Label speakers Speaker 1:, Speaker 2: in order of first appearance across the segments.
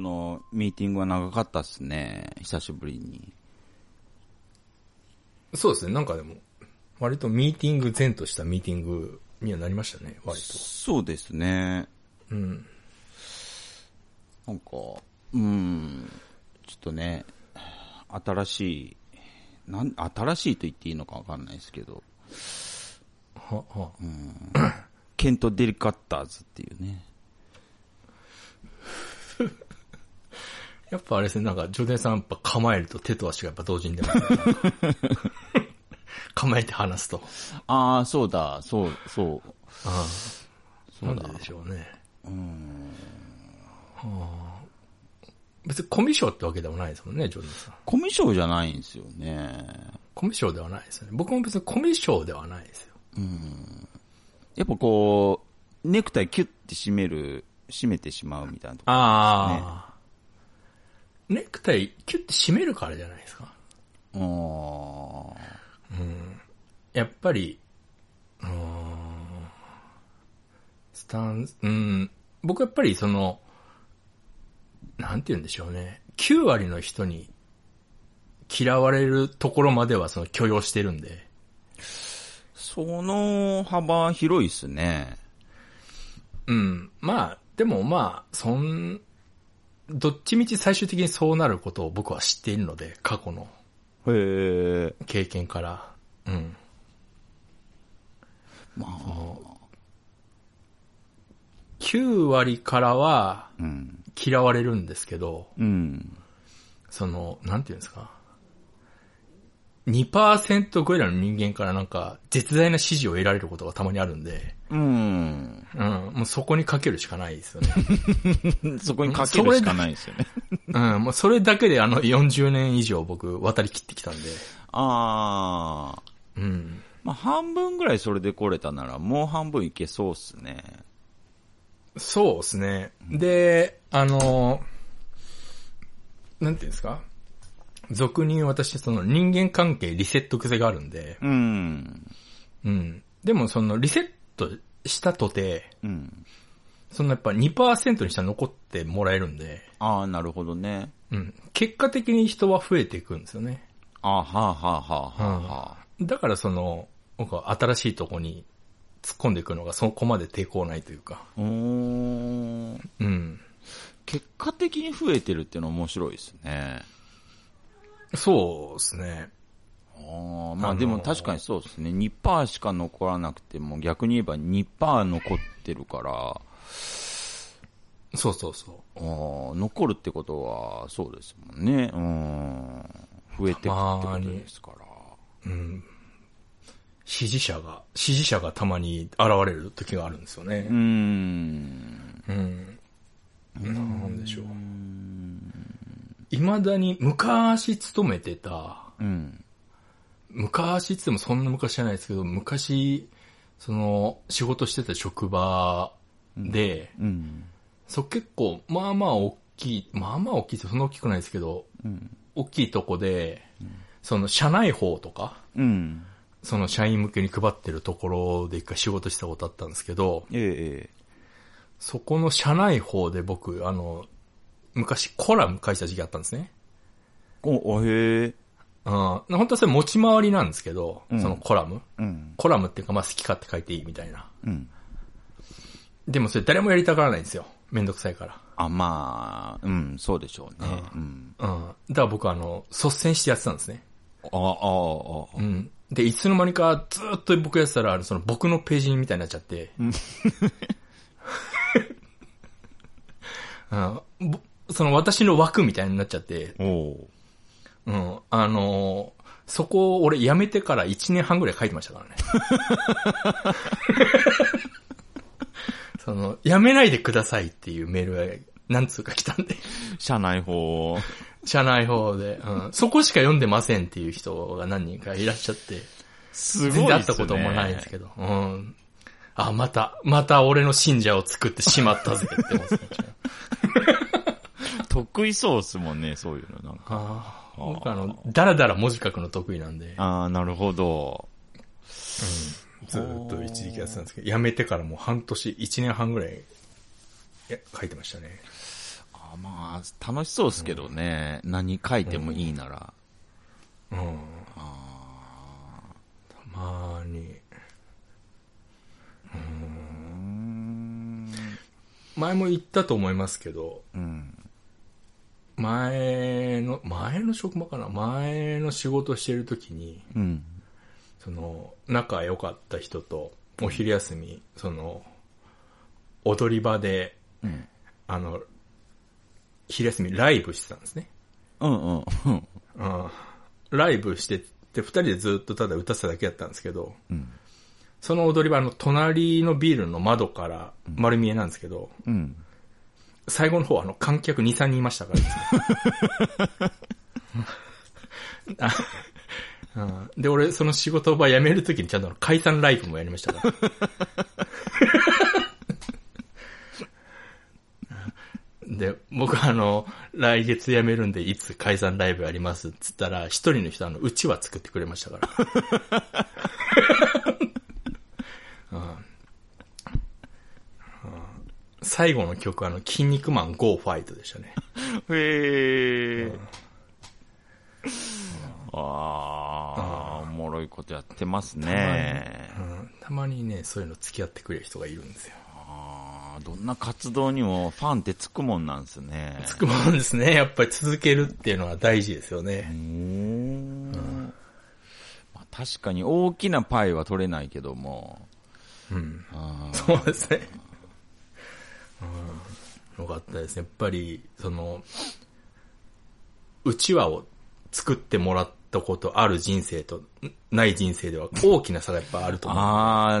Speaker 1: ミーティングは長かったっすね。久しぶりに。
Speaker 2: そうですね、なんかでも、割とミーティング前としたミーティングにはなりましたね、割と。
Speaker 1: そうですね。
Speaker 2: うん。
Speaker 1: なんか、うん、ちょっとね、新しい、なん、新しいと言っていいのかわかんないですけど、
Speaker 2: は、は。
Speaker 1: ケント・デリカッターズっていうね。
Speaker 2: やっぱあれですね、なんか、ジョデンさんやっぱ構えると手と足がやっぱ同時に出ますね。構えて話すと。
Speaker 1: ああ、そうだ、そう、そう。
Speaker 2: ああ、
Speaker 1: そ
Speaker 2: な
Speaker 1: うんだ
Speaker 2: で。でしょうね。うん。別にコミュ障ってわけでもないですもんね、ジョデンさん。
Speaker 1: コミュ障じゃないんですよね。
Speaker 2: コミュ障ではないですよね。僕も別にコミュ障ではないですよ。
Speaker 1: やっぱこう、ネクタイキュッて締める、締めてしまうみたいなとこ
Speaker 2: ああ、ネクタイキュッて締めるからじゃないですか。
Speaker 1: うーん
Speaker 2: やっぱり、うーんスタンス、うん、僕やっぱりその、なんて言うんでしょうね。9割の人に嫌われるところまではその許容してるんで。
Speaker 1: その幅広いっすね。
Speaker 2: うん。まあ、でもまあ、そん、どっちみち最終的にそうなることを僕は知っているので、過去の
Speaker 1: へえ。
Speaker 2: 経験から。うん。
Speaker 1: まあ、
Speaker 2: 9割からは
Speaker 1: うん。
Speaker 2: 嫌われるんですけど、
Speaker 1: うん。
Speaker 2: その、なんていうんですか。2%ぐらいの人間からなんか、絶大な支持を得られることがたまにあるんで、
Speaker 1: うん。
Speaker 2: うん、もうそこにかけるしかないですよね。
Speaker 1: そこにかけるしかないですよね。
Speaker 2: うん、もうそれだけであの40年以上僕渡り切ってきたんで、
Speaker 1: ああ。
Speaker 2: うん。
Speaker 1: まあ、半分ぐらいそれで来れたなら、もう半分いけそうっすね。
Speaker 2: そうですね。で、あの、なんていうんですか俗に言う私、その人間関係リセット癖があるんで、
Speaker 1: うん。
Speaker 2: うん。でもそのリセットしたとて、
Speaker 1: うん。
Speaker 2: そのやっぱ2%にしたら残ってもらえるんで、
Speaker 1: ああ、なるほどね。
Speaker 2: うん。結果的に人は増えていくんですよね。
Speaker 1: あーはあ、はあ、はあ、はあ、はあ。
Speaker 2: だからその、僕は新しいとこに突っ込んでいくのがそこまで抵抗ないというか、
Speaker 1: うーん。
Speaker 2: うん。
Speaker 1: 結果的に増えてるっていうのは面白いですね。
Speaker 2: そうですね。
Speaker 1: あーまあでも確かにそうですね。2%しか残らなくても、逆に言えば2%残ってるから、
Speaker 2: そうそうそう。
Speaker 1: あー残るってことはそうですもんね。うん。増えてくってことですから。
Speaker 2: うん支持者が、支持者がたまに現れる時があるんですよ
Speaker 1: うー
Speaker 2: ね。
Speaker 1: ん。
Speaker 2: うん。なんでしょう。未だに昔勤めてた、
Speaker 1: うん。
Speaker 2: 昔っつってもそんな昔じゃないですけど、昔、その、仕事してた職場で、
Speaker 1: うん。
Speaker 2: そう結構、まあまあ大きい、まあまあ大きいですそんな大きくないですけど、
Speaker 1: うん。
Speaker 2: 大きいとこで、その、社内法とか、
Speaker 1: うん。
Speaker 2: その社員向けに配ってるところで一回仕事したことあったんですけど、
Speaker 1: ええええ。
Speaker 2: そこの社内法で僕、あの、昔コラム書いてた時期あったんですね。
Speaker 1: お、おへえ。
Speaker 2: うん。本当はそれ持ち回りなんですけど、
Speaker 1: うん
Speaker 2: そのコラム。
Speaker 1: うん。
Speaker 2: コラムっていうか、まあ好き勝手書いていいみたいな。
Speaker 1: うん。
Speaker 2: でもそれ誰もやりたがらないんですよ。めんどくさいか
Speaker 1: あ、まあ、うん、そうでしょうね。うん。
Speaker 2: ら。うん。だから僕、あの、率先してやってたんですね。
Speaker 1: ああ、ああ、ああ
Speaker 2: うん。で、いつの間にかずーっと僕やってたら、あのその僕のページみたいになっちゃって。 うんぼその私の枠みたいになっちゃって、
Speaker 1: おう
Speaker 2: うん。あのーそこを俺辞めてから1年半ぐらい書いてましたからね。その、辞めないでくださいっていうメールが何通か来たんで、
Speaker 1: 社内 法。
Speaker 2: 社内方で、うん。そこしか読んでませんっていう人が何人かいらっしゃって、
Speaker 1: す
Speaker 2: 全然会ったこともないんですけど、うん。あ、また、また俺の信者を作ってしまったぜって思ってましたね。
Speaker 1: 得意そうっすもんね、そういうのなんか。
Speaker 2: あー僕あの、だらだら文字書くの得意なんで、
Speaker 1: ああ、なるほど。
Speaker 2: ずーっと一時期やってたんですけど、辞めてからもう半年、一年半ぐらい、いや書いてましたね。
Speaker 1: ああまあ、楽しそうですけどね。何書いてもいいなら。
Speaker 2: うん。たまーに。
Speaker 1: うん。
Speaker 2: 前も言ったと思いますけど、
Speaker 1: うん。
Speaker 2: 前の、前の職場かな前の仕事してる時に、
Speaker 1: うん。
Speaker 2: その、仲良かった人と、お昼休み、その、踊り場で、
Speaker 1: うん。
Speaker 2: あの、昼休みライブしてたんですね。
Speaker 1: うんうん。うん
Speaker 2: うん。ライブしてて、二人でずっとただ歌ってただけだったんですけど、
Speaker 1: うん。
Speaker 2: その踊り場の隣のビルの窓から丸見えなんですけど、
Speaker 1: うん。
Speaker 2: 最後の方はあの観客2、3人いましたからですね。あ うんで、俺、その仕事場辞めるときにちゃんとあの解散ライブもやりましたから。で、僕はあの、来月辞めるんで、いつ解散ライブやりますっつったら、一人の人あの、うちは作ってくれましたから。最後の曲はあの、筋肉マン GO ファイトでしたね。
Speaker 1: へえ。ああ、おもろいことやってますね。
Speaker 2: うんたまにね、そういうの付き合ってくれる人がいるんですよ。
Speaker 1: あーどんな活動にもファンってつくもんなんですね。
Speaker 2: つくもんですね。 やっぱり続けるっていうのは大事ですよね。
Speaker 1: うんまあ、確かに大きなパイは取れないけども。
Speaker 2: うん。
Speaker 1: あー
Speaker 2: そうですね。うん。よかったですね。やっぱり、その、うちわを作ってもらったことある人生とんない人生では大きな差がやっぱあると思う。
Speaker 1: あー、う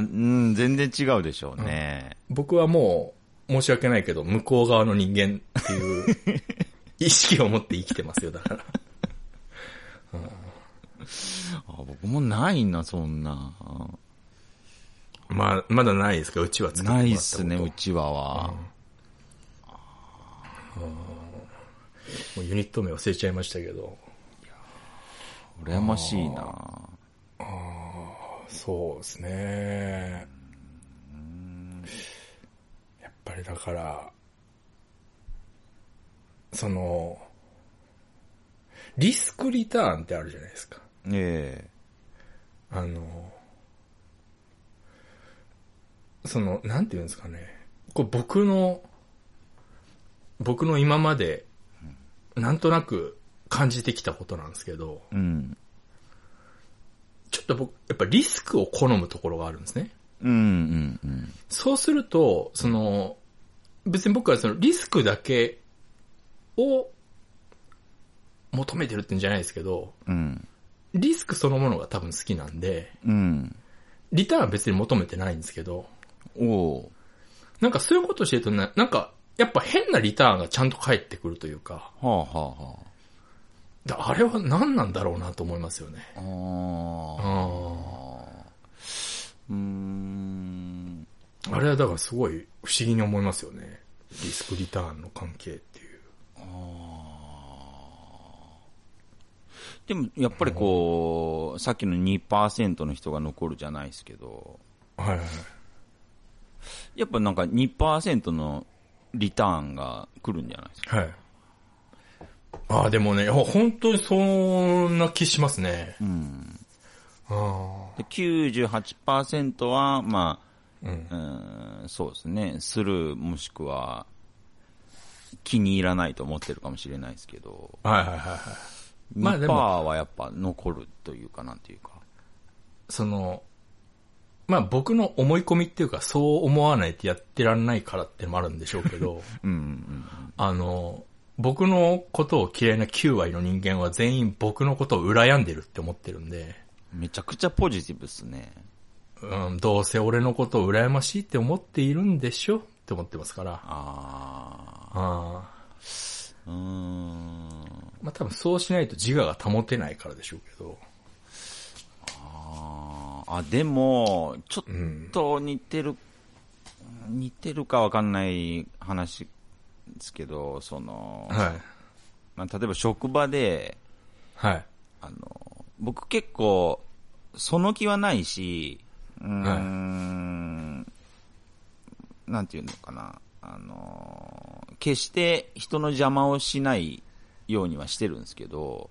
Speaker 1: ん、全然違うでしょうね。
Speaker 2: 僕はもう、申し訳ないけど、向こう側の人間っていう 意識を持って生きてますよ、だ から。
Speaker 1: あ僕もないな、そんな。
Speaker 2: まあ、まだないですか、うちわ作ってもら
Speaker 1: な
Speaker 2: ったこ
Speaker 1: いっ
Speaker 2: と。
Speaker 1: すね、うちわは。
Speaker 2: もうユニット名忘れちゃいましたけど。
Speaker 1: 羨ましいな。
Speaker 2: そうですね。やっぱりだから、その、リスクリターンってあるじゃないですか。
Speaker 1: え
Speaker 2: あの、その、なんていうんですかね。こう僕の、僕の今まで、なんとなく感じてきたことなんですけど、
Speaker 1: えうん。
Speaker 2: ちょっと僕、やっぱリスクを好むところがあるんですね。
Speaker 1: うん、うん、うん。
Speaker 2: そうすると、その、別に僕はそのリスクだけを求めてるってんじゃないですけど、
Speaker 1: うん。
Speaker 2: リスクそのものが多分好きなんで、
Speaker 1: うん。
Speaker 2: リターンは別に求めてないんですけど、
Speaker 1: おう
Speaker 2: なんかそういうことしてるとな、なんか、やっぱ変なリターンがちゃんと返ってくるというか、
Speaker 1: はあ、はあ、は
Speaker 2: だあれは何なんだろうなと思いますよね。
Speaker 1: あ。ああ。
Speaker 2: あ
Speaker 1: うーん。
Speaker 2: あれはだからすごい不思議に思いますよね。リスクリターンの関係っていう。
Speaker 1: でも、やっぱりこう、さっきの2%の人が残るじゃないですけど、
Speaker 2: はいはいはい。
Speaker 1: やっぱなんか2%のリターンが来るんじゃないですか。
Speaker 2: はい。ああ、でもね、ほ本当にそんな気しますね。
Speaker 1: うん。
Speaker 2: あ
Speaker 1: で98%は、ま
Speaker 2: あ。うん。
Speaker 1: あ、うん、そうですね、スルーもしくは、気に入らないと思ってるかもしれないですけど、
Speaker 2: はいはいはいはい。まあで
Speaker 1: 2%
Speaker 2: も
Speaker 1: はやっぱ残るというかなんていうか。
Speaker 2: その、まあ僕の思い込みっていうか、そう思わないとやってらんないからってのもあるんでしょうけ ど、
Speaker 1: うん、うん。
Speaker 2: あの、僕のことを嫌いな9割の人間は全員僕のことを羨んでるって思ってるんで、
Speaker 1: めちゃくちゃポジティブっすね。
Speaker 2: うん、どうせ俺のことを羨ましいって思っているんでしょって思ってますから。
Speaker 1: あ
Speaker 2: ああ。
Speaker 1: あ、うーん。
Speaker 2: まあ多分そうしないと自我が保てないからでしょうけど。
Speaker 1: あーあ、でも、ちょ
Speaker 2: う
Speaker 1: っ
Speaker 2: ん。
Speaker 1: と似てる、似てるかわかんない話ですけど、その、
Speaker 2: はい。
Speaker 1: まあ、例えば職場で、
Speaker 2: はい。
Speaker 1: あの、僕結構、その気はないし、うーん、なんていうのかな、あの、決して人の邪魔をしないようにはしてるんですけど、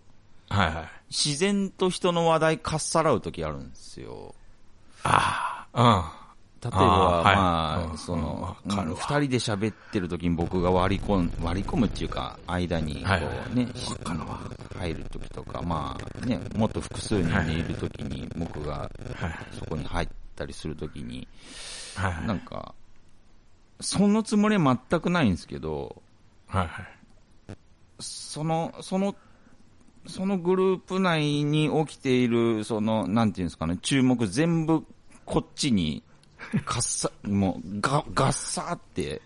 Speaker 2: はいはい。
Speaker 1: 自然と人の話題かっさらう時あるんですよ。
Speaker 2: ああ、
Speaker 1: 例えば、
Speaker 2: あーはい
Speaker 1: まあ、
Speaker 2: うん
Speaker 1: その、
Speaker 2: うんわかる
Speaker 1: うん
Speaker 2: わ
Speaker 1: 二人で喋ってる時に僕が割り込む、割り込むっていうか、間に、こ
Speaker 2: はいはいう
Speaker 1: ね、入る時とか、まあ、ね、もっと複数人でいる時に、僕が
Speaker 2: うん。はい
Speaker 1: そこに入ったりする時に、
Speaker 2: はい。はい
Speaker 1: なんか、そのつもりは全くないんですけど、
Speaker 2: はい。
Speaker 1: その、その、そのグループ内に起きている、その、なんていうんですかね、注目全部こっちに、かっさ、 もう、が、ガッサーって、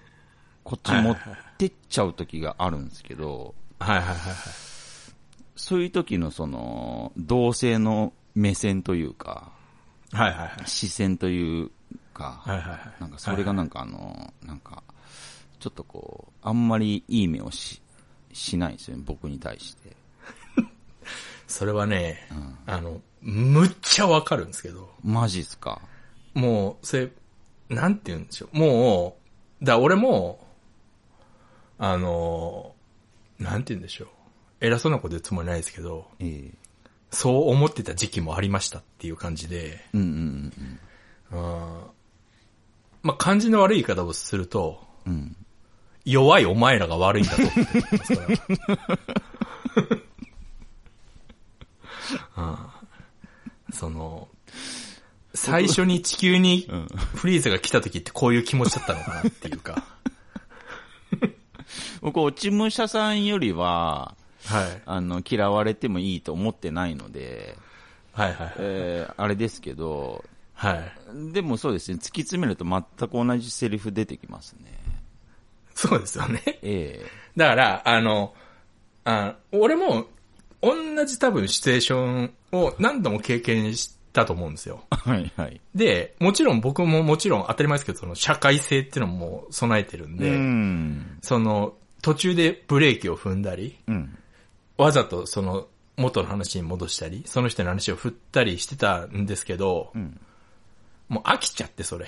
Speaker 1: こっちに持ってっちゃう時があるんですけど、
Speaker 2: はいはいはいはい。
Speaker 1: そういう時のその、同性の目線というか、
Speaker 2: はいはいはい。
Speaker 1: 視線というか、
Speaker 2: はいはいはい。
Speaker 1: なんかそれがなんかあの、なんか、ちょっとこう、あんまりいい目をし、しないんですよね、僕に対して。
Speaker 2: それはね、あの、むっちゃわかるんですけど、
Speaker 1: マジっすか。
Speaker 2: もう、それ、なんて言うんでしょう。もう、だ俺も、あの、なんて言うんでしょう。偉そうなこと言うつもりないですけど、
Speaker 1: ええ
Speaker 2: そう思ってた時期もありましたっていう感じで、
Speaker 1: うんうんうん
Speaker 2: うん、まあ、感じの悪い言い方をすると、
Speaker 1: うん。うん。
Speaker 2: 弱いお前らが悪いん だと思ってますからうんその、最初に地球に
Speaker 1: ん
Speaker 2: フリーズが来た時ってこういう気持ちだったのかなっていうか。
Speaker 1: 僕、落ち武者さんよりは、
Speaker 2: はい。
Speaker 1: あの、嫌われてもいいと思ってないので、
Speaker 2: はいはい。
Speaker 1: えー、あれですけど、
Speaker 2: はい。
Speaker 1: でもそうですね、突き詰めると全く同じセリフ出てきますね。
Speaker 2: そうですよね。
Speaker 1: え
Speaker 2: だから、あの、あ俺も同じ多分シチュエーションを何度も経験したと思うんですよ。
Speaker 1: えはいはい。
Speaker 2: で、もちろん僕ももちろん当たり前ですけど、その社会性っていうのも備えてるんで、
Speaker 1: うん。
Speaker 2: その、途中でブレーキを踏んだり、
Speaker 1: うん。
Speaker 2: わざとその、元の話に戻したり、その人の話を振ったりしてたんですけど、
Speaker 1: ん
Speaker 2: もう飽きちゃって、それ。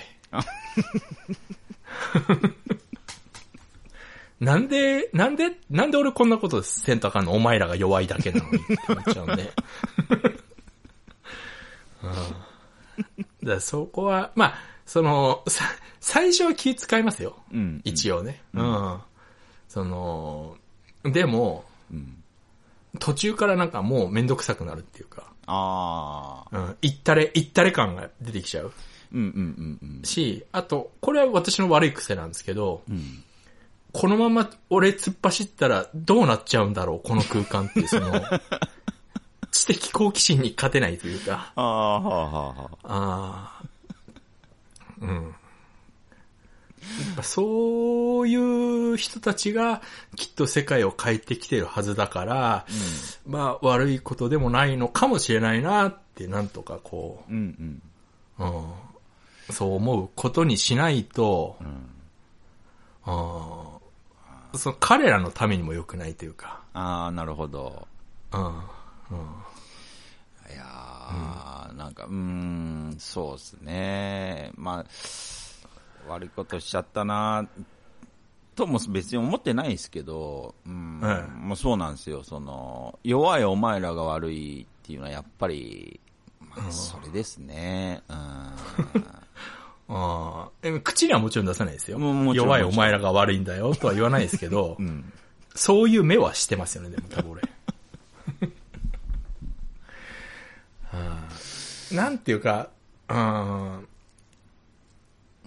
Speaker 2: なんで、なんで、なんで俺こんなことせんとあかんのお前らが弱いだけなのにって思っちゃうんで。うん だからそこは、まあ、その、さ最初は気使いますよ。
Speaker 1: うん。
Speaker 2: 一応ね。うん。その、でも、
Speaker 1: うん。
Speaker 2: 途中からなんかもうめんどくさくなるっていうか、
Speaker 1: ああ。
Speaker 2: うん、行ったれ、行ったれ感が出てきちゃう
Speaker 1: うんうんうんうん。
Speaker 2: し、あと、これは私の悪い癖なんですけど、
Speaker 1: うん。
Speaker 2: このまま俺突っ走ったらどうなっちゃうんだろう、この空間っていう、その、 知的好奇心に勝てないというか、
Speaker 1: ああ、はあはあはあ。
Speaker 2: ああ、うん。やっぱそういう人たちがきっと世界を変えてきてるはずだから、まあ悪いことでもないのかもしれないなって、なんとかこ
Speaker 1: うんうん。
Speaker 2: う、うん、そう思うことにしないと、
Speaker 1: ん
Speaker 2: うん、その彼らのためにも良くないというか、
Speaker 1: ああ、なるほど。
Speaker 2: うん、
Speaker 1: いやー、なんか、うーん、そうですね。まあ、悪いことしちゃったな、とも別に思ってないですけど、うん、
Speaker 2: ええ
Speaker 1: もうそうなんですよ。その、弱いお前らが悪いっていうのはやっぱり、まあ、それですね。 うん。
Speaker 2: ああ、でも口にはもちろん出さないですよ。
Speaker 1: ももちろん
Speaker 2: 弱いお前らが悪いんだよとは言わないですけ ど、
Speaker 1: うん。
Speaker 2: そういう目はしてますよね、でも多分俺。うんなんていうか、うん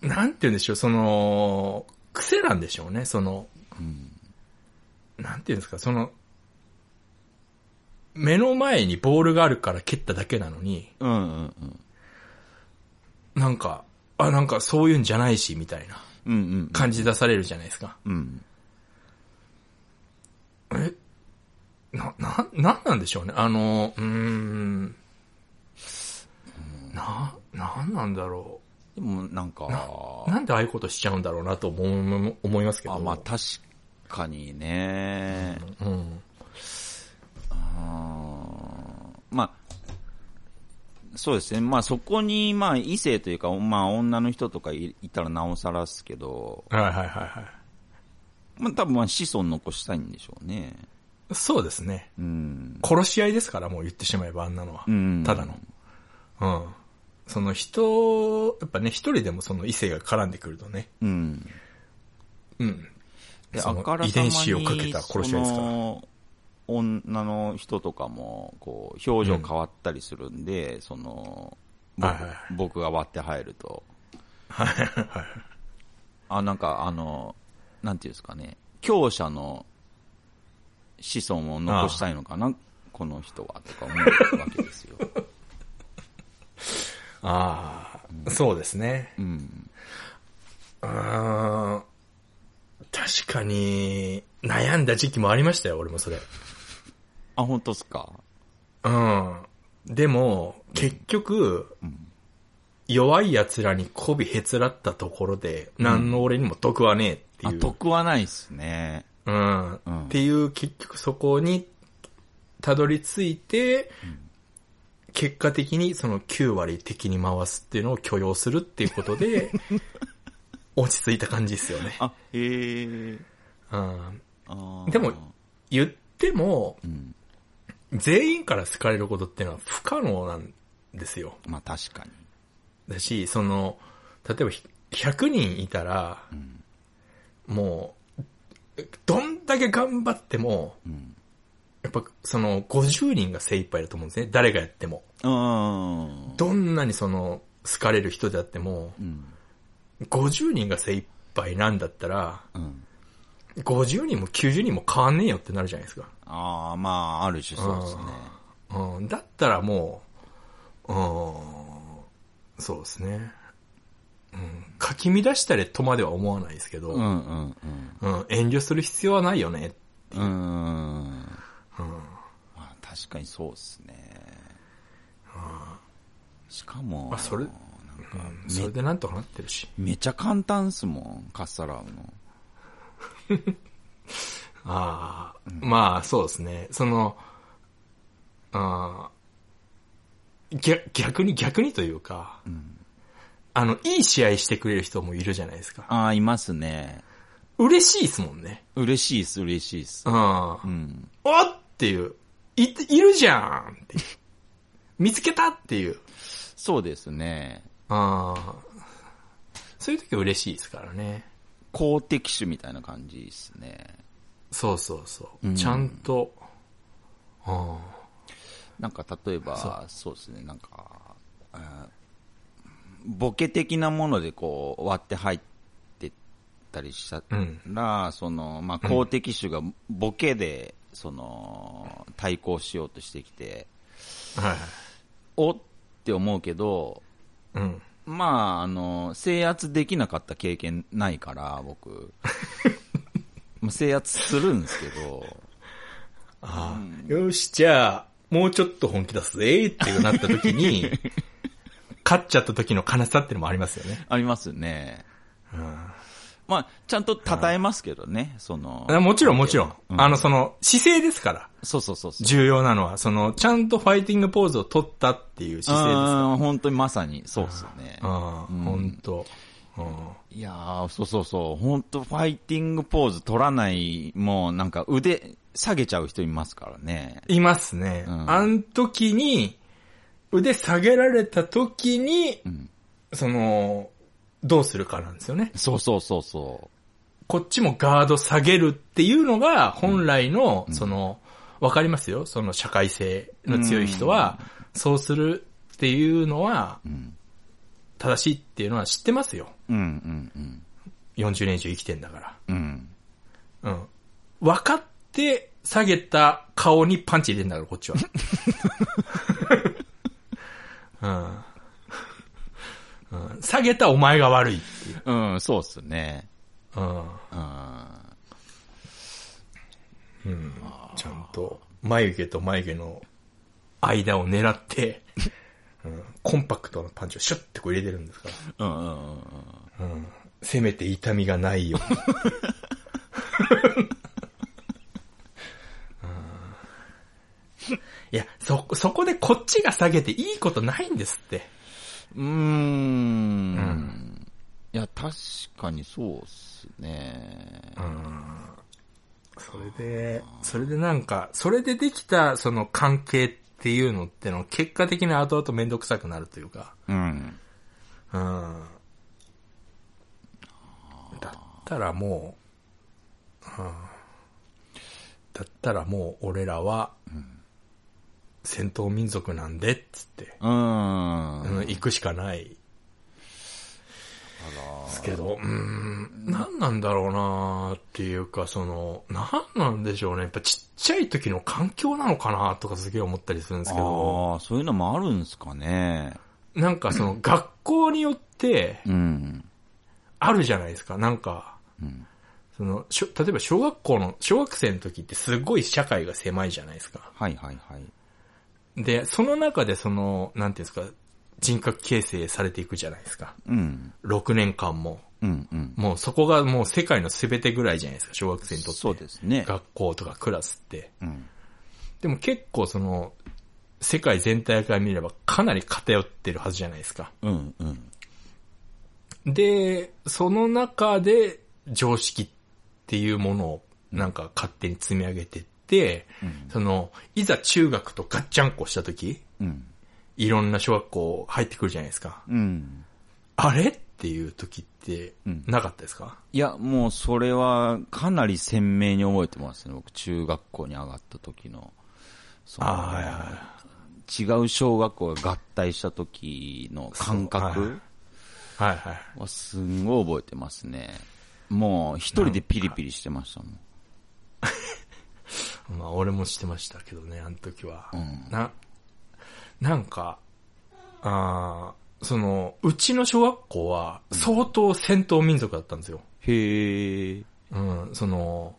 Speaker 2: なんて言うんでしょう、その、癖なんでしょうね、その、
Speaker 1: うん。
Speaker 2: なんていうんですか、その、目の前にボールがあるから蹴っただけなのに、
Speaker 1: うんうんうん。
Speaker 2: なんか、あ、なんかそういうんじゃないし、みたいな
Speaker 1: うんうん
Speaker 2: 感じ出されるじゃないですか。
Speaker 1: うん。うん。
Speaker 2: え、な、な、なんなんでしょうね。あの、うーん。な、なんなんだろ
Speaker 1: でも、なんか、
Speaker 2: う。なんでああいうことしちゃうんだろうなと思う、思いますけど。
Speaker 1: あ、まあ確かにね。
Speaker 2: うん。
Speaker 1: まあ、そうですね。まあそこに、まあ異性というか、まあ女の人とかいいたらなおさらっすけど、
Speaker 2: はいはいはいはい。
Speaker 1: まあ、多分まあ子孫残したいんでしょうね。
Speaker 2: そうですね。
Speaker 1: うん。
Speaker 2: 殺し合いですから、もう言ってしまえばあんなのは。
Speaker 1: うん
Speaker 2: ただの。うん。その人、やっぱね、一人でもその異性が絡んでくるとね、
Speaker 1: うん。
Speaker 2: うん。
Speaker 1: で、
Speaker 2: その
Speaker 1: あから
Speaker 2: 遺
Speaker 1: さまに
Speaker 2: 伝子をかけた殺し合いですか
Speaker 1: そ
Speaker 2: ら。
Speaker 1: の女の人とかも、こう、表情変わったりするんで、その、僕
Speaker 2: はいはいはい
Speaker 1: 僕が割って入ると。あ、なんか、あの、なんていうんですかね、強者の子孫を残したいのかな、この人は、とか思うわけです よ。
Speaker 2: ああ、そうですね。
Speaker 1: うん。
Speaker 2: うーん。確かに、悩んだ時期もありましたよ、俺もそれ。
Speaker 1: あ、本当っすか
Speaker 2: うん。でも、結局、弱い奴らに媚びへつらったところで、何の俺にも得はねえって
Speaker 1: あ、
Speaker 2: いう。
Speaker 1: 得はないっすね。
Speaker 2: うん。
Speaker 1: うん
Speaker 2: っていう、結局そこに、たどり着いて、結果的にその9割敵に回すっていうのを許容するっていうことで、落ち着いた感じですよね。
Speaker 1: あ、へえ。
Speaker 2: うん。
Speaker 1: あー
Speaker 2: でも、言っても、
Speaker 1: ん
Speaker 2: 全員から好かれることっていうのは不可能なんですよ。
Speaker 1: まあ確かに。
Speaker 2: だし、その、例えばひ100人いたら、
Speaker 1: ん
Speaker 2: もう、どんだけ頑張っても、
Speaker 1: うん。
Speaker 2: やっぱその50人が精一杯だと思うんですね。誰がやっても。
Speaker 1: うん。
Speaker 2: どんなにその好かれる人であっても
Speaker 1: う、ん。
Speaker 2: 50人が精一杯なんだったら、
Speaker 1: うん。
Speaker 2: 50人も90人も変わんねえよってなるじゃないですか。
Speaker 1: ああ、まあ、ある種そうですね。
Speaker 2: うん、だったらもう、うん、そうですね。うん、かき乱したりとまでは思わないですけど、
Speaker 1: うんうん
Speaker 2: うん、遠慮する必要はないよね。
Speaker 1: うん。うん。ま
Speaker 2: うん、
Speaker 1: あ確かにそうですね。しかも、
Speaker 2: まあそれ
Speaker 1: なんか、
Speaker 2: それでなんとかなってるし。
Speaker 1: めちゃ簡単っすもん、カッサラウの。
Speaker 2: ああ、まあそうですね。その、あー逆逆に逆にというか、あの、いい試合してくれる人もいるじゃないですか。
Speaker 1: ああ、いますね。
Speaker 2: 嬉しいですもんね。
Speaker 1: 嬉しいっす、嬉しいっす
Speaker 2: う。ん
Speaker 1: うん。
Speaker 2: おっっていう。い、いるじゃんっていう。見つけたっていう。
Speaker 1: そうですね。
Speaker 2: ああ。そういう時は嬉しいですからね。
Speaker 1: 好敵手みたいな感じっすね。
Speaker 2: そうそうそう。
Speaker 1: うん
Speaker 2: ちゃんと。あ
Speaker 1: なんか例え
Speaker 2: そ
Speaker 1: ば、そうですね、なんか、うんボケ的なものでこう割って入ってったりした
Speaker 2: あ。うん。
Speaker 1: ら、その、まあ、公的種がボケで、その、対抗しようとしてきて、
Speaker 2: はい。
Speaker 1: おって思うけど、
Speaker 2: うん。
Speaker 1: まあ、あの、制圧できなかった経験ないから、僕。 まあ制圧するんですけど、
Speaker 2: ああ。よし、じゃあ、もうちょっと本気出すぜってなった時 に、勝っちゃった時の悲しさってのもありますよね。
Speaker 1: ありますよね。
Speaker 2: うん
Speaker 1: まあ、ちゃんと称えますけどね、その。
Speaker 2: あもちろんもちろん。
Speaker 1: うん
Speaker 2: あの、その、姿勢ですから。
Speaker 1: そうそうそうそう。
Speaker 2: 重要なのは、その、ちゃんとファイティングポーズを取ったっていう姿勢ですから。
Speaker 1: うん本当にまさに、そうっすよね。
Speaker 2: ああ、
Speaker 1: うん
Speaker 2: ほんと。うん
Speaker 1: いやー、そうそうそう、本当ファイティングポーズ取らない、もうなんか腕下げちゃう人いますからね。
Speaker 2: いますね。
Speaker 1: うん
Speaker 2: あん時に、腕下げられた時に、
Speaker 1: ん
Speaker 2: その、どうするかなんですよね。
Speaker 1: そうそうそうそ
Speaker 2: こっちもガード下げるっていうのが、本来の、その、わかりますよ。その社会性の強い人は、そうするっていうのは、
Speaker 1: う。うん。
Speaker 2: 正しいっていうのは知ってますよ。
Speaker 1: うんうん
Speaker 2: 40年以上生きてんだから。
Speaker 1: うん。うん。
Speaker 2: うん。分かって下げた顔にパンチ入れんだから、こっちは。うんうん。下げたお前が悪いっていう。
Speaker 1: うん、そうっすね。
Speaker 2: うん。
Speaker 1: うん。
Speaker 2: ちゃんと、眉毛と眉毛の間を狙って、うん、コンパクトなパンチをシュッてこう入れてるんですから。
Speaker 1: うんうんうんうん。
Speaker 2: せめて痛みがないように。いや、そ、そこでこっちが下げていいことないんですって。
Speaker 1: うーん。いや、確かにそうっすね。
Speaker 2: うん。それで、それでなんか、それでできたその関係っていうのっての、結果的に後々めんどくさくなるというか、
Speaker 1: うん。
Speaker 2: うん。だったらもう、うん。だったらもう俺らは、戦闘民族なんで、っつって、
Speaker 1: うん。
Speaker 2: うん、行くしかない。ですけど、うーん、何なんだろうなっていうか、その、何なんでしょうね。やっぱちっちゃい時の環境なのかなとかすげえ思ったりするんですけど、
Speaker 1: ああ、そういうのもあるんすかね。
Speaker 2: なんかその学校によって
Speaker 1: うん。
Speaker 2: あるじゃないですか。なんか、
Speaker 1: うん。
Speaker 2: その、しょ例えば小学校の、小学生の時ってすごい社会が狭いじゃないですか。
Speaker 1: はいはいはい。
Speaker 2: で、その中でその、なんていうんですか、人格形成されていくじゃないですか。
Speaker 1: うん。
Speaker 2: 6年間も。
Speaker 1: うんうん。
Speaker 2: もうそこがもう世界の全てぐらいじゃないですか、小学生にとって。
Speaker 1: そうですね。
Speaker 2: 学校とかクラスって。
Speaker 1: うん。
Speaker 2: でも結構その、世界全体から見ればかなり偏ってるはずじゃないですか。
Speaker 1: うんうん。
Speaker 2: で、その中で常識っていうものをなんか勝手に積み上げてって、その、いざ中学とガッチャンコした時、
Speaker 1: うん。
Speaker 2: いろんな小学校入ってくるじゃないですか。
Speaker 1: うん。
Speaker 2: あれっていう時って
Speaker 1: うん、
Speaker 2: なかったですか、
Speaker 1: いや、もうそれはかなり鮮明に覚えてますね。僕、中学校に上がった時の。その
Speaker 2: ああ、はいはいは
Speaker 1: 違う小学校が合体した時の感
Speaker 2: そう
Speaker 1: 覚
Speaker 2: ははいはい。
Speaker 1: はすんごい覚えてますね。もう一人でピリピリしてましたもん。
Speaker 2: まあ、俺もしてましたけどね、あの時は。な、なんか、あーその、うちの小学校は、相当戦闘民族だったんですよ。
Speaker 1: へえ。
Speaker 2: うん、その、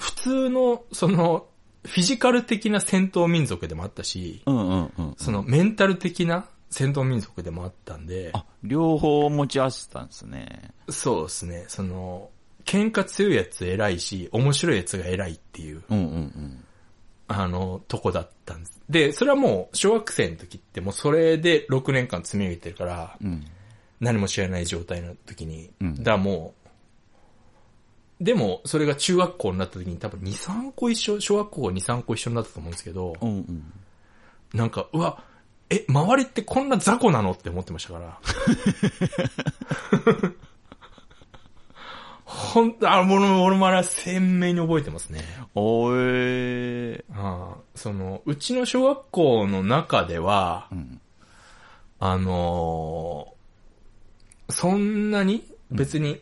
Speaker 2: 普通の、その、フィジカル的な戦闘民族でもあったし、
Speaker 1: うんうんうん。
Speaker 2: その、メンタル的な戦闘民族でもあったんで、
Speaker 1: あ、両方持ち合わせてたんですね。
Speaker 2: そうですね、その、喧嘩強いやつ偉いし、面白いやつが偉いっていう。
Speaker 1: うんうんうん。
Speaker 2: あの、とこだったんです。で、それはもう、小学生の時ってもうそれで6年間積み上げてるから、
Speaker 1: うん。
Speaker 2: 何も知らない状態の時に、
Speaker 1: うん
Speaker 2: だからもう、でも、それが中学校になった時に多分2、3個一緒、小学校が2、3個一緒になったと思うんですけど
Speaker 1: う、んうん。
Speaker 2: なんか、うわ、え、周りってこんな雑魚なのって思ってまし たから。 ほんと、あ、もの、俺もあれは鮮明に覚えてますね。
Speaker 1: おえ
Speaker 2: ああその、うちの小学校の中では、
Speaker 1: ん
Speaker 2: あのーそんなに別に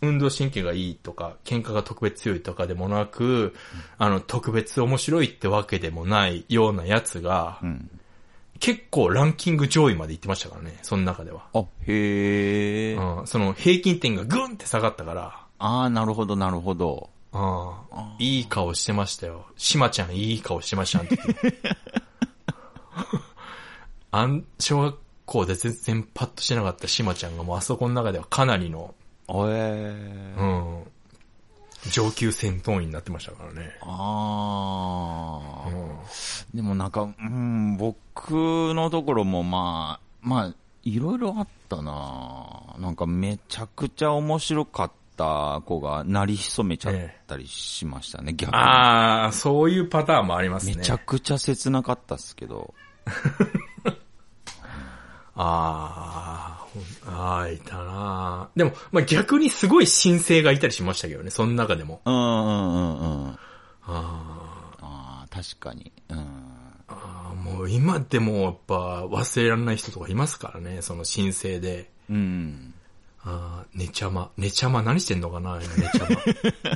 Speaker 2: 運動神経がいいとか、喧嘩が特別強いとかでもなく、あの、特別面白いってわけでもないようなやつが、
Speaker 1: うん。
Speaker 2: 結構ランキング上位まで行ってましたからね、その中では。
Speaker 1: あ、へえ。
Speaker 2: うん、その平均点がグンって下がったから、
Speaker 1: ああ、なるほどなるほど。
Speaker 2: ああ、いい顔してましたよ。しまちゃんいい顔してました、あの時 あん、小学校で全然パッとしてなかったしまちゃんがもうあそこの中ではかなりの、
Speaker 1: おえ
Speaker 2: う。ん、上級戦闘員になってましたからね。
Speaker 1: ああ
Speaker 2: う。ん、
Speaker 1: でもなんか、うん、僕のところもまあ、まあ、いろいろあったななんかめちゃくちゃ面白かった子がなり潜めちゃったりしましたね、逆に。
Speaker 2: ああ、そういうパターンもありますね。
Speaker 1: めちゃくちゃ切なかったっすけど。
Speaker 2: ああ、ほんああ、いたなでも、まあ、逆にすごい新星がいたりしましたけどね、その中でも。
Speaker 1: うんうんうんうん。
Speaker 2: ああ。
Speaker 1: ああ、確かに。うん。
Speaker 2: ああもう今でもやっぱ忘れられない人とかいますからね、その申請で。
Speaker 1: うん。
Speaker 2: ああ、寝ちゃま。寝ちゃま何してんのかな今寝ちゃま。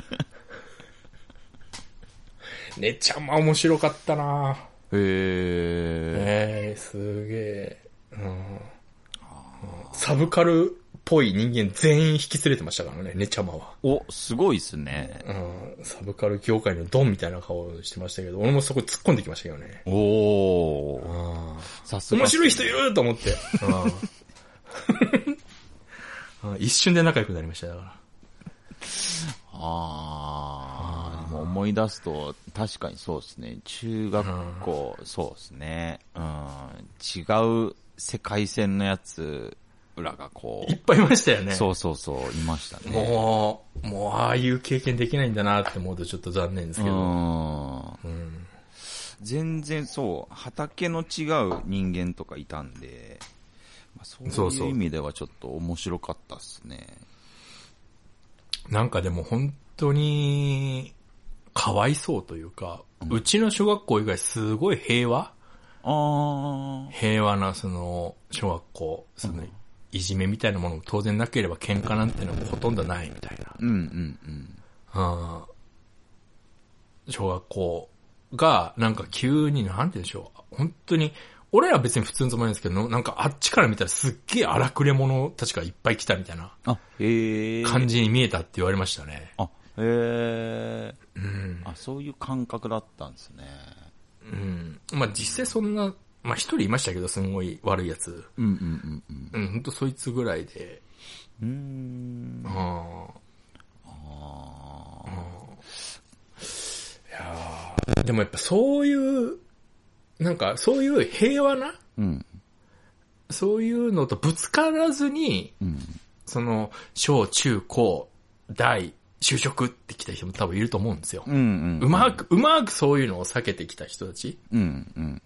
Speaker 2: 寝ちゃま面白かったな
Speaker 1: へえ。
Speaker 2: ええすげえ、うんサブカルっぽい人間全員引き連れてましたからね、寝ちゃまは。
Speaker 1: お、すごいっすね。
Speaker 2: うんサブカル業界のドンみたいな顔してましたけど、俺もそこ突っ込んできましたけどね。
Speaker 1: おー。
Speaker 2: ああ
Speaker 1: さすが。
Speaker 2: 面白い人いると思って。うん 一瞬で仲良くなりましたよ、だか
Speaker 1: ああ、でも思い出すと、確かにそうですね。中学校、そうですね。うん。違う世界線のやつ、らがこ
Speaker 2: いっぱいいましたよ
Speaker 1: う、
Speaker 2: ね。
Speaker 1: そうそうそう、いましたね。
Speaker 2: もう、もうああいう経験できないんだなって思うとちょっと残念ですけど。
Speaker 1: うん
Speaker 2: うん
Speaker 1: 全然そう、畑の違う人間とかいたんで、まあ、そう
Speaker 2: そうそう
Speaker 1: いう意味ではちょっと面白かったっすね。
Speaker 2: なんかでも本当に、かわいそうというか、うちの小学校以外すごい平和
Speaker 1: あ
Speaker 2: 平和なその、小学校、その、いじめみたいなものも当然なければ喧嘩なんてのもほとんどないみたいな。
Speaker 1: ー。うんうんうん。
Speaker 2: うん小学校が、なんか急に、なんて言うんでしょう。本当に、俺らは別に普通のつもりなんですけど、なんかあっちから見たらすっげえ荒くれ者たちがいっぱい来たみたいな
Speaker 1: あ、へえ。
Speaker 2: 感じに見えたって言われましたね。
Speaker 1: あ、へえ。
Speaker 2: うん。
Speaker 1: あ、そういう感覚だったんですね。
Speaker 2: うん。まあ実際そんな、まあ一人いましたけど、すごい悪いやつ。
Speaker 1: うんうんうん
Speaker 2: うん、ほんとそいつぐらいで。
Speaker 1: うん。うーん
Speaker 2: う。ん。
Speaker 1: あ
Speaker 2: でもやっぱそういう、なんかそういう平和な、
Speaker 1: ーうん。
Speaker 2: そういうのとぶつからずに、
Speaker 1: うん。
Speaker 2: その、小、中、高、大、就職って来た人も多分いると思うんですよ。
Speaker 1: うんうん。
Speaker 2: うまく、うまくそういうのを避けてきた人たち
Speaker 1: うんうん。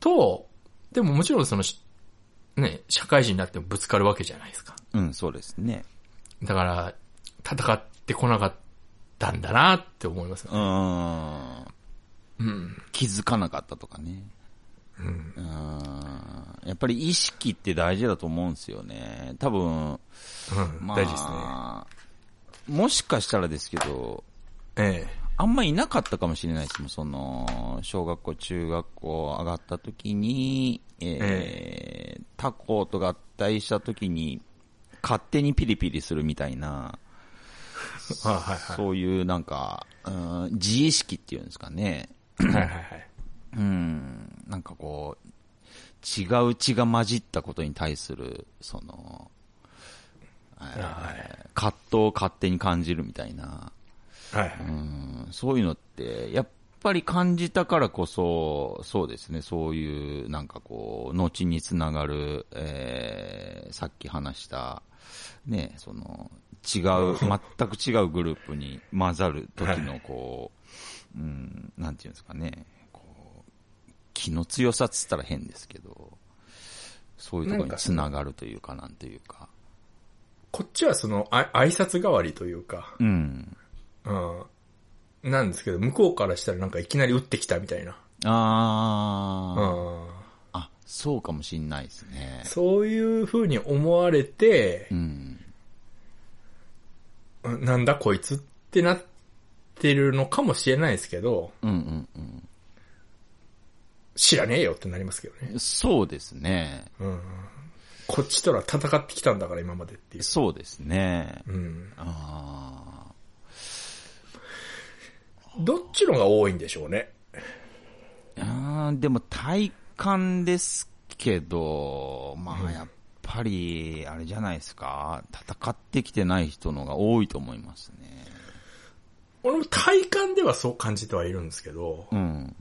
Speaker 2: と、でももちろんその、しね、社会人になってもぶつかるわけじゃないですか。
Speaker 1: うん、そうですね。
Speaker 2: だから、戦ってこなかったんだなって思いますよ
Speaker 1: うーん。
Speaker 2: うん。
Speaker 1: 気づかなかったとかね。うん。やっぱり意識って大事だと思うんですよね。多分、
Speaker 2: うん、
Speaker 1: まあ、
Speaker 2: 大事です
Speaker 1: もしかしたらですけど、
Speaker 2: ね。ええ。
Speaker 1: あんまいなかったかもしれないですもん、その、小学校、中学校上がった時に、えー他校と合体した時に、勝手にピリピリするみたいな、
Speaker 2: あはいは
Speaker 1: そういうなんか、うん、自意識っていうんですかね。
Speaker 2: い。はいはいはい。
Speaker 1: うん、なんかこう、違う血が混じったことに対する、その、えー葛藤を勝手に感じるみたいな、
Speaker 2: はいは
Speaker 1: う
Speaker 2: い。
Speaker 1: ん、そういうのって、やっぱり感じたからこそ、そうですね、そういう、なんかこう、後につながる、えーさっき話した、ね、その、違う、 全く違うグループに混ざる時の、こう、うん、なんていうんですかね、こう、気の強さっつったら変ですけど、そういうところにつながるというか、なんていうか。
Speaker 2: こっちはその、あ挨拶代わりというか、
Speaker 1: うん。
Speaker 2: うん。なんですけど、向こうからしたらなんかいきなり撃ってきたみたいな。
Speaker 1: あー、
Speaker 2: うん。
Speaker 1: あ、そうかもしんないですね。
Speaker 2: そういう風に思われて
Speaker 1: う、ん。
Speaker 2: なんだこいつってなってるのかもしれないですけど、
Speaker 1: うんうんうん。
Speaker 2: 知らねえよってなりますけどね。
Speaker 1: そうですね。
Speaker 2: うん。こっちとら戦ってきたんだから今までっていう。
Speaker 1: そうですね。
Speaker 2: うん。
Speaker 1: ああ。
Speaker 2: どっちのが多いんでしょうね。
Speaker 1: あーでも体感ですけど、まあやっぱり、あれじゃないですか。戦ってきてない人のが多いと思いますね。
Speaker 2: 俺も体感ではそう感じてはいるんですけど、
Speaker 1: うん。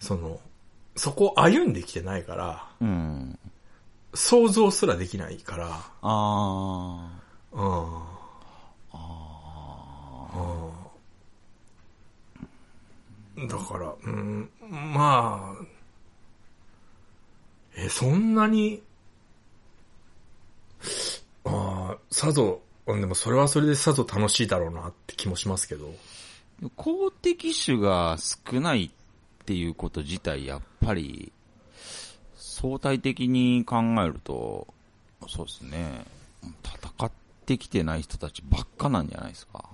Speaker 2: その、そこを歩んできてないから、
Speaker 1: うん。
Speaker 2: 想像すらできないから、
Speaker 1: あ
Speaker 2: うん。ああ。だから、うん、まあ、え、そんなに、ああ、さぞ、うんでもそれはそれでさぞ楽しいだろうなって気もしますけど。
Speaker 1: あ。公的種が少ないっていうこと自体、やっぱり、相対的に考えると、そうですね。戦ってきてない人たちばっかなんじゃないですか。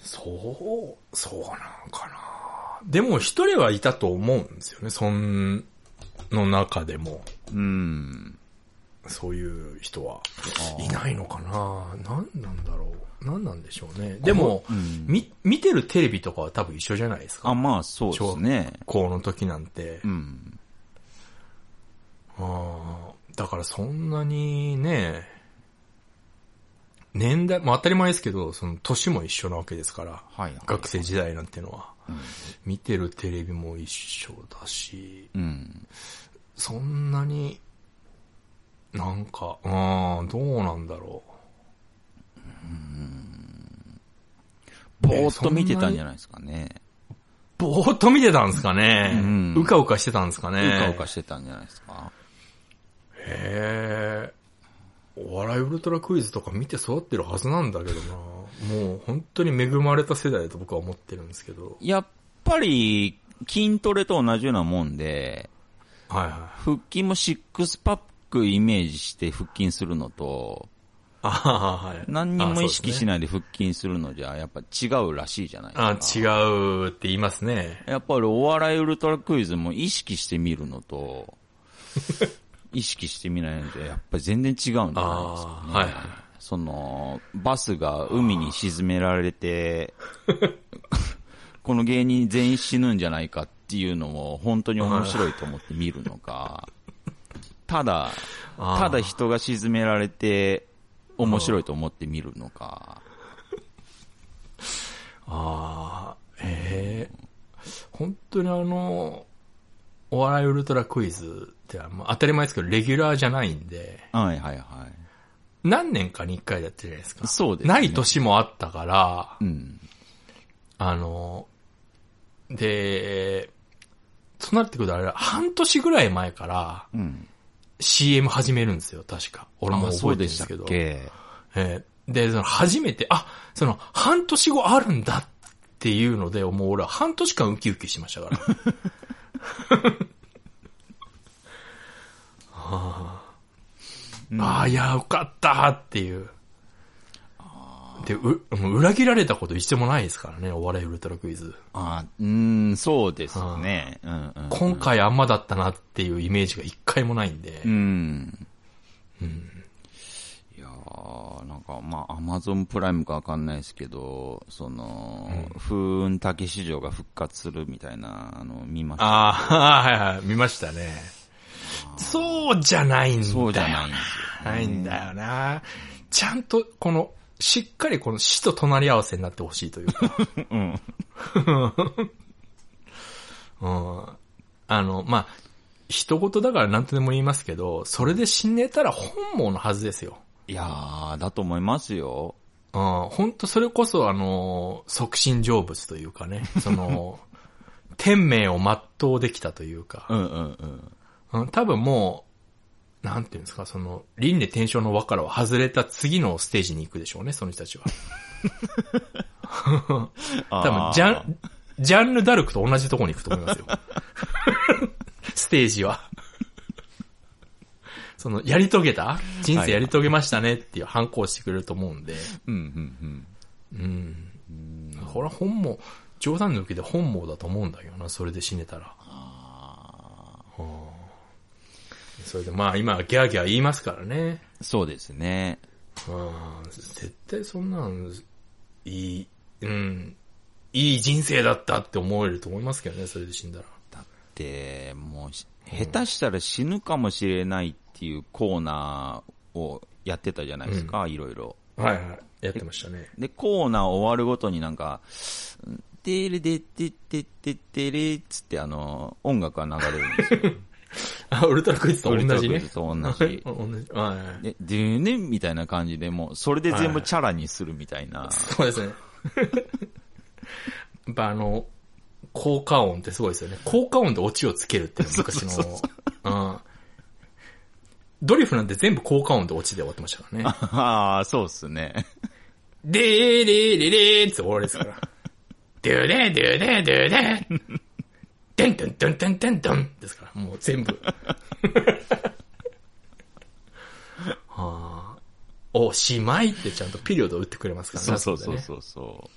Speaker 2: そう、そうなのかな。でも一人はいたと思うんですよね、そんの中でも。
Speaker 1: うん。
Speaker 2: そういう人は
Speaker 1: あー
Speaker 2: いないのかな何なんだろう何なんでしょうね。でも、
Speaker 1: うん
Speaker 2: み、見てるテレビとかは多分一緒じゃないです
Speaker 1: あ、
Speaker 2: か。
Speaker 1: まあそうですね。
Speaker 2: この時なんて。
Speaker 1: うん。
Speaker 2: あーだからそんなにね、年代、まあ当たり前ですけど、その年も一緒なわけですから、
Speaker 1: はいはい。
Speaker 2: 学生時代なんてのは。見てるテレビも一緒だし、
Speaker 1: うん。
Speaker 2: そんなに、なんか、うん、どうなんだろ
Speaker 1: ぼーっと見てたんじゃないですかね。
Speaker 2: う。ぼーっと見てたんですかね、う
Speaker 1: うん
Speaker 2: かうかしてたんですか
Speaker 1: う
Speaker 2: ね
Speaker 1: かうかしてたんじゃないですか。
Speaker 2: へえ。お笑いウルトラクイズとか見て育ってるはずなんだけどな。もう本当に恵まれた世代だと僕は思ってるんですけど。
Speaker 1: やっぱり、筋トレと同じようなもんで、
Speaker 2: はいはい。
Speaker 1: 腹筋もシックスパックイメージして腹筋するのと、
Speaker 2: あはははい。
Speaker 1: 何にも意識し
Speaker 2: い。
Speaker 1: ないで腹筋するのじゃ、やっぱ違うらしいじゃないですか。
Speaker 2: あ、違うって言いますね。
Speaker 1: やっぱりお笑いウルトラクイズも意識してみるの と、意識してみないので、やっぱり全然違うんじゃないですかね。
Speaker 2: ああ、はいはい。
Speaker 1: その、バスが海に沈められ て、この芸人全員死ぬんじゃないかっていうのを本当に面白いと思って見るの か、ただ、
Speaker 2: あー
Speaker 1: ただ人が沈められて面白いと思って見るのか、
Speaker 2: ああ、ええ本当にあの、お笑いウルトラクイズってあんま当たり前ですけど、レギュラーじゃないんで、
Speaker 1: はいはいはい。
Speaker 2: 何年かに一回だったじゃないですか。
Speaker 1: そうですね
Speaker 2: ない年もあったから、
Speaker 1: うん。
Speaker 2: あの、で、となってくるとあれ、半年ぐらい前から
Speaker 1: うん。
Speaker 2: CM 始めるんですよ、確か。俺も
Speaker 1: あ
Speaker 2: 覚
Speaker 1: そ
Speaker 2: え
Speaker 1: う
Speaker 2: て
Speaker 1: で
Speaker 2: るんで
Speaker 1: した
Speaker 2: す
Speaker 1: っ
Speaker 2: けど。
Speaker 1: け
Speaker 2: えーで、その初めて、あ、その半年後あるんだっていうので、もう俺は半年間ウキウキしましたから。はあ、ああ、いや、よかったっていう。で、う、もう裏切られたこと一度もないですからね、お笑いウルトラクイズ。
Speaker 1: あうーん、そうですね。うんうんうん。
Speaker 2: 今回あんまだったなっていうイメージが一回もないんで。
Speaker 1: うん。いやー、なんか、まあ、アマゾンプライムかわかんないですけど、その、風雲竹市場が復活するみたいな、あの、見ました。
Speaker 2: ああ、はいはい、見ましたね。そうじゃないんだよ。
Speaker 1: そうじゃないんです
Speaker 2: ないんだよな。ちゃんと、この、しっかりこの死と隣り合わせになってほしいというか。うん。あの、まあ、一言だから何とでも言いますけど、それで死ねたら本望のはずですよ。
Speaker 1: よ。いやー、だと思いますよ。
Speaker 2: うん、本当それこそあの、促進成仏というかね、その、天命を全うできたというか
Speaker 1: う、んうんうん。
Speaker 2: うん、多分もう、なんていうんですか、その、輪廻転生の輪からは外れた次のステージに行くでしょうね、その人たちは。多分、ジャン、ジャンルダルクと同じとこに行くと思い ますよ。ステージは。その、やり遂げた人生やり遂げましたねっていう反抗してくれると思うんで。
Speaker 1: うんうん
Speaker 2: うん。これは本望、冗談抜きで本望だと思うんだけどな、それで死ねたら。はあそれでまあ今、ギャーギャー言いますからね。
Speaker 1: うん。そうですね。
Speaker 2: うん絶対そんなん、いい、うん、いい人生だったって思えると思いますけどね、それで死んだら。
Speaker 1: で、もうし、下手したら死ぬかもしれないっていうコーナーをやってたじゃないですか、いろいろ。
Speaker 2: はいはい。やってましたね。
Speaker 1: で、コーナー終わるごとになんか、てれでてってってってれっつってあの、音楽が流れるん ですよ。
Speaker 2: あ、ウルトラクイズと同じ
Speaker 1: ウルトラクイ
Speaker 2: ね。
Speaker 1: ズと同じ
Speaker 2: 同じ。はいはい。
Speaker 1: で、でーねみたいな感じでもう、それで全部チャラにするみたいな。
Speaker 2: そうですね。 やっぱあの、効果音ってすごいですよね。効果音でオチをつけるっていうのは昔の、うん。ドリフなんて全部効果音でオチで終わってましたから ね。
Speaker 1: ああ、そうっすね。
Speaker 2: でーれーれれーって終わりですから。ドゥレードゥレードゥレー。でんどんどんどんどんどんですから、もう全部。はあ、おしまいってちゃんとピリオド打ってくれますからね。
Speaker 1: そうそうそ
Speaker 2: こ
Speaker 1: う
Speaker 2: でね
Speaker 1: そうそ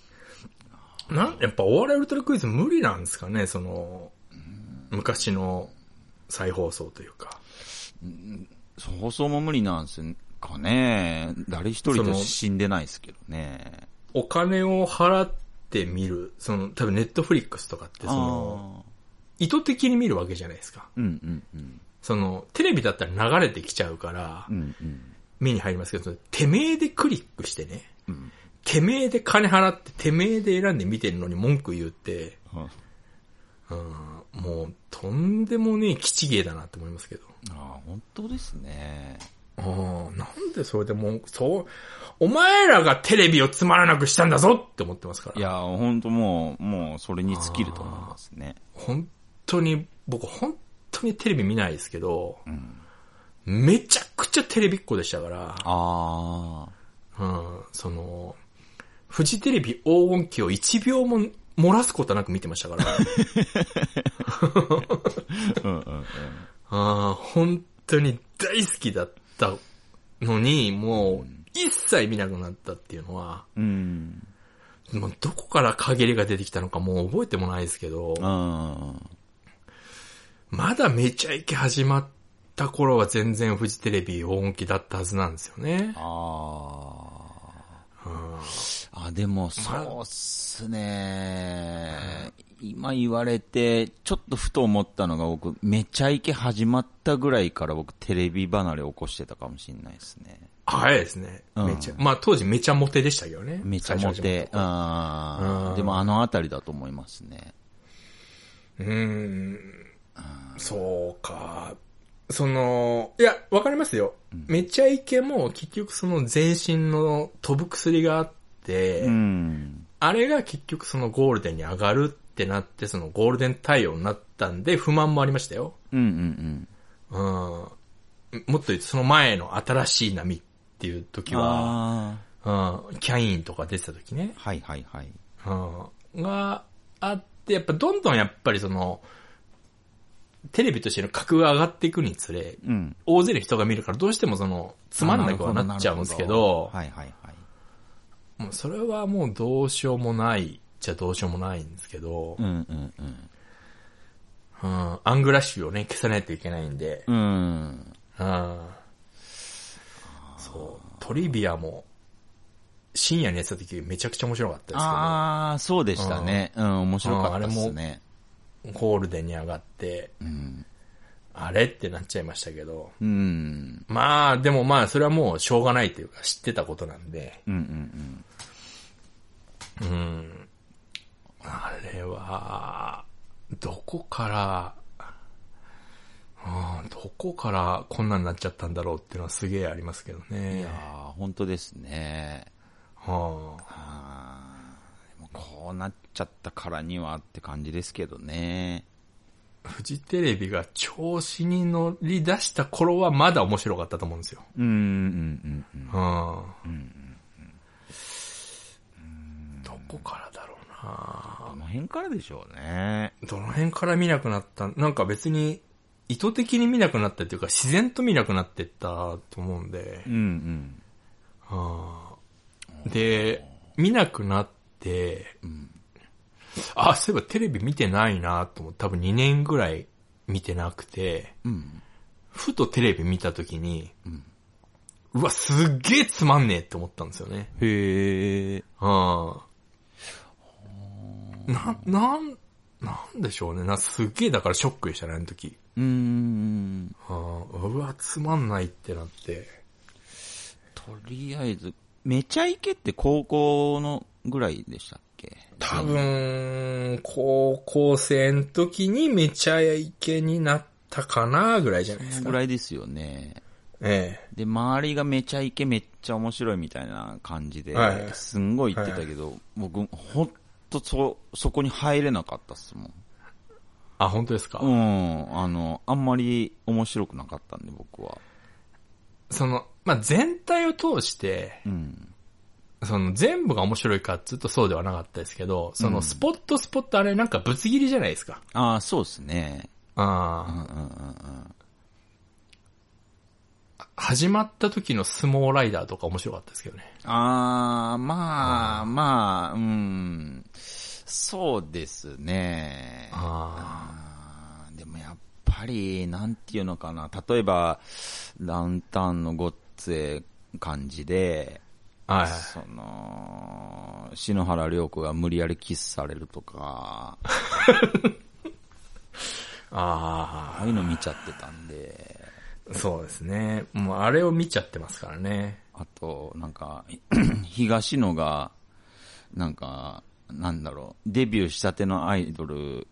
Speaker 2: なん、やっぱお笑いウルトラクイズ無理なんですかね、その、昔の再放送というか。
Speaker 1: う。放送も無理なんすかね。誰一人と死んでないですけどね。
Speaker 2: お金を払って見る、その、多分ネットフリックスとかって、そ
Speaker 1: あ
Speaker 2: の、
Speaker 1: あ。
Speaker 2: 意図的に見るわけじゃないですか。
Speaker 1: うんうんうん。
Speaker 2: その、テレビだったら流れてきちゃうから
Speaker 1: う、んうん。
Speaker 2: 目に入りますけど、そのてめえでクリックしてね、
Speaker 1: うん
Speaker 2: てめえで金払って、てめえで選んで見てるのに文句言うって、
Speaker 1: あ
Speaker 2: うん、もう、とんでもねえ基地芸だなって思いますけど。
Speaker 1: あ、本当ですね。
Speaker 2: ああ、なんでそれでもう、そう、お前らがテレビをつまらなくしたんだぞって思ってますから。
Speaker 1: いや、本当もう、もうそれに尽きると思いますね。
Speaker 2: 本当に、僕本当にテレビ見ないですけど、
Speaker 1: うん。
Speaker 2: めちゃくちゃテレビっ子でしたから、
Speaker 1: ああ。
Speaker 2: うん、その、フジテレビ黄金期を1秒も漏らすことなく見てまし たから、
Speaker 1: うんうんうん。
Speaker 2: あー本当に大好きだったのに、もう一切見なくなったっていうのは、
Speaker 1: うん。
Speaker 2: もうどこから陰りが出てきたのかもう覚えてもないですけど、
Speaker 1: あ
Speaker 2: まだめちゃイケ始まった頃は全然フジテレビ黄金期だったはずなんですよね。
Speaker 1: あ。
Speaker 2: うん
Speaker 1: あ、でも、そうっすね。今言われて、ちょっとふと思ったのが僕、めちゃイケ始まったぐらいから僕、テレビ離れ起こしてたかもしれないですね。
Speaker 2: 早いですね。
Speaker 1: うん
Speaker 2: めちゃ、まあ当時めちゃモテでしたけどね。
Speaker 1: めちゃモテ。
Speaker 2: 最初始まっ
Speaker 1: あ
Speaker 2: うん
Speaker 1: ーでも、あのあたりだと思いますね。
Speaker 2: た頃うーん。そうか。その、いや、わかりますよ。めちゃイケも結局その全身の飛ぶ薬があって、
Speaker 1: うん。
Speaker 2: あれが結局そのゴールデンに上がるってなって、そのゴールデン対応になったんで不満もありましたよ。
Speaker 1: うんうんうん。
Speaker 2: うん。もっと言うとその前の新しい波っていう時は、
Speaker 1: あ
Speaker 2: うん、キャインとか出てた時ね
Speaker 1: ー。はいはいはい。
Speaker 2: うんがあって、やっぱどんどんやっぱりその、テレビとしての格が上がっていくにつれ、
Speaker 1: うん。
Speaker 2: 大勢の人が見るからどうしてもその、つまんなくはなっちゃうんですけど、
Speaker 1: はいはいはい。
Speaker 2: もうそれはもうどうしようもない、じゃどうしようもないんですけど、
Speaker 1: うんうんうん。
Speaker 2: うんアングラッシュをね、消さないといけないんで、
Speaker 1: うん。
Speaker 2: うんそう、トリビアも、深夜にやってた時めちゃくちゃ面白かったですけど、
Speaker 1: ああ、そうでしたね。うん、面白かったですね。
Speaker 2: ゴールデンに上がって、
Speaker 1: うん。
Speaker 2: あれってなっちゃいましたけど、
Speaker 1: うん。
Speaker 2: まあ、でもまあ、それはもうしょうがないというか、知ってたことなんで、
Speaker 1: うんうんうん。
Speaker 2: うん。あれは、どこから、うん、どこからこんなになっちゃったんだろうっていうのはすげえありますけど
Speaker 1: い
Speaker 2: ね
Speaker 1: や。ー、本当ですね。
Speaker 2: はあ
Speaker 1: あーでもこうなっちゃったからにはって感じですけどね。
Speaker 2: フジテレビが調子に乗り出した頃はまだ面白かったと思うんですよ。
Speaker 1: うんうんうんうん。
Speaker 2: うん。どこからだろうな
Speaker 1: あの辺からでしょうね。
Speaker 2: どの辺から見なくなったなんか別に意図的に見なくなったっていうか自然と見なくなってったと思うんで
Speaker 1: う、んうん。
Speaker 2: あーで、見なくなって、
Speaker 1: ん
Speaker 2: あ、そういえばテレビ見てないなと思って多分2年ぐらい見てなくて、
Speaker 1: うん。
Speaker 2: ふとテレビ見た時に、
Speaker 1: うん
Speaker 2: うわ、すっげえつまんねえって思ったんですよね。
Speaker 1: へえ。
Speaker 2: ああ。な、なん、なんでしょうね。な、すっげえだからショックでしたね、あの時。
Speaker 1: うーん。
Speaker 2: ああ、うわ、つまんないってなって。
Speaker 1: とりあえず、めちゃイケって高校のぐらいでしたっけ
Speaker 2: 多分、高校生の時にめちゃイケになったかな、ぐらいじゃないで
Speaker 1: そ
Speaker 2: す
Speaker 1: の
Speaker 2: か。
Speaker 1: ぐらいですよね。
Speaker 2: ええ。
Speaker 1: で、周りがめちゃイケめっちゃ面白いみたいな感じで、
Speaker 2: はい
Speaker 1: すんごい言ってたけど、僕、ほんとそ、そこに入れなかったっすもん。
Speaker 2: あ、本当ですか、
Speaker 1: うん、あの、あんまり面白くなかったんで、僕は。
Speaker 2: その、まあ、全体を通して、
Speaker 1: うん。
Speaker 2: その全部が面白いかっつうとそうではなかったですけど、そうの
Speaker 1: ん
Speaker 2: スポットスポットあれなんかぶつ切りじゃないですか。
Speaker 1: ああ、そうですね。
Speaker 2: あ
Speaker 1: うん
Speaker 2: あ
Speaker 1: うんうんうん。
Speaker 2: 始まった時の相撲ライダーとか面白かったですけどね。
Speaker 1: ああ、まあ、まあ、うん。そうですね。
Speaker 2: あ
Speaker 1: あーでもやっぱり、なんていうのかな、例えば、ダウンタウンのごっつえ感じで、
Speaker 2: あ。はい。
Speaker 1: その、篠原涼子が無理やりキスされるとか、あ
Speaker 2: あ
Speaker 1: あいうの見ちゃってたんで、
Speaker 2: あ。そうですね。もうあれを見ちゃってますからね。
Speaker 1: ああと、なんか、 東野が、なんか、なんだろう、デビューしたてのアイドル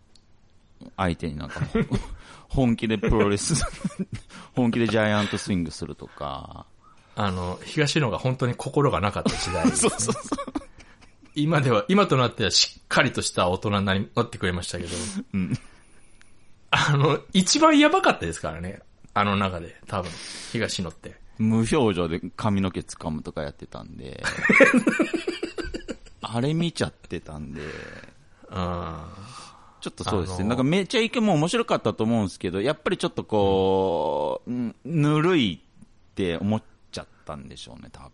Speaker 1: 相手になんか、 本気でプロレス、 本気でジャイアントスイングするとか、
Speaker 2: あの、東野が本当に心がなかった時 代、そうそうそう。今では、今となってはしっかりとした大人になりなってくれましたけど、
Speaker 1: うん
Speaker 2: あの、一番やばかったですからね。あの中で、多分、東野って。
Speaker 1: 無表情で髪の毛掴むとかやってたん で、あれ見ちゃってたんで、
Speaker 2: うん。
Speaker 1: ちょっとそうですね。
Speaker 2: あのー
Speaker 1: なんかめちゃイケも面白かったと思うんですけど、やっぱりちょっとこう、うんぬるいって思っちゃったんでしょうね、多分。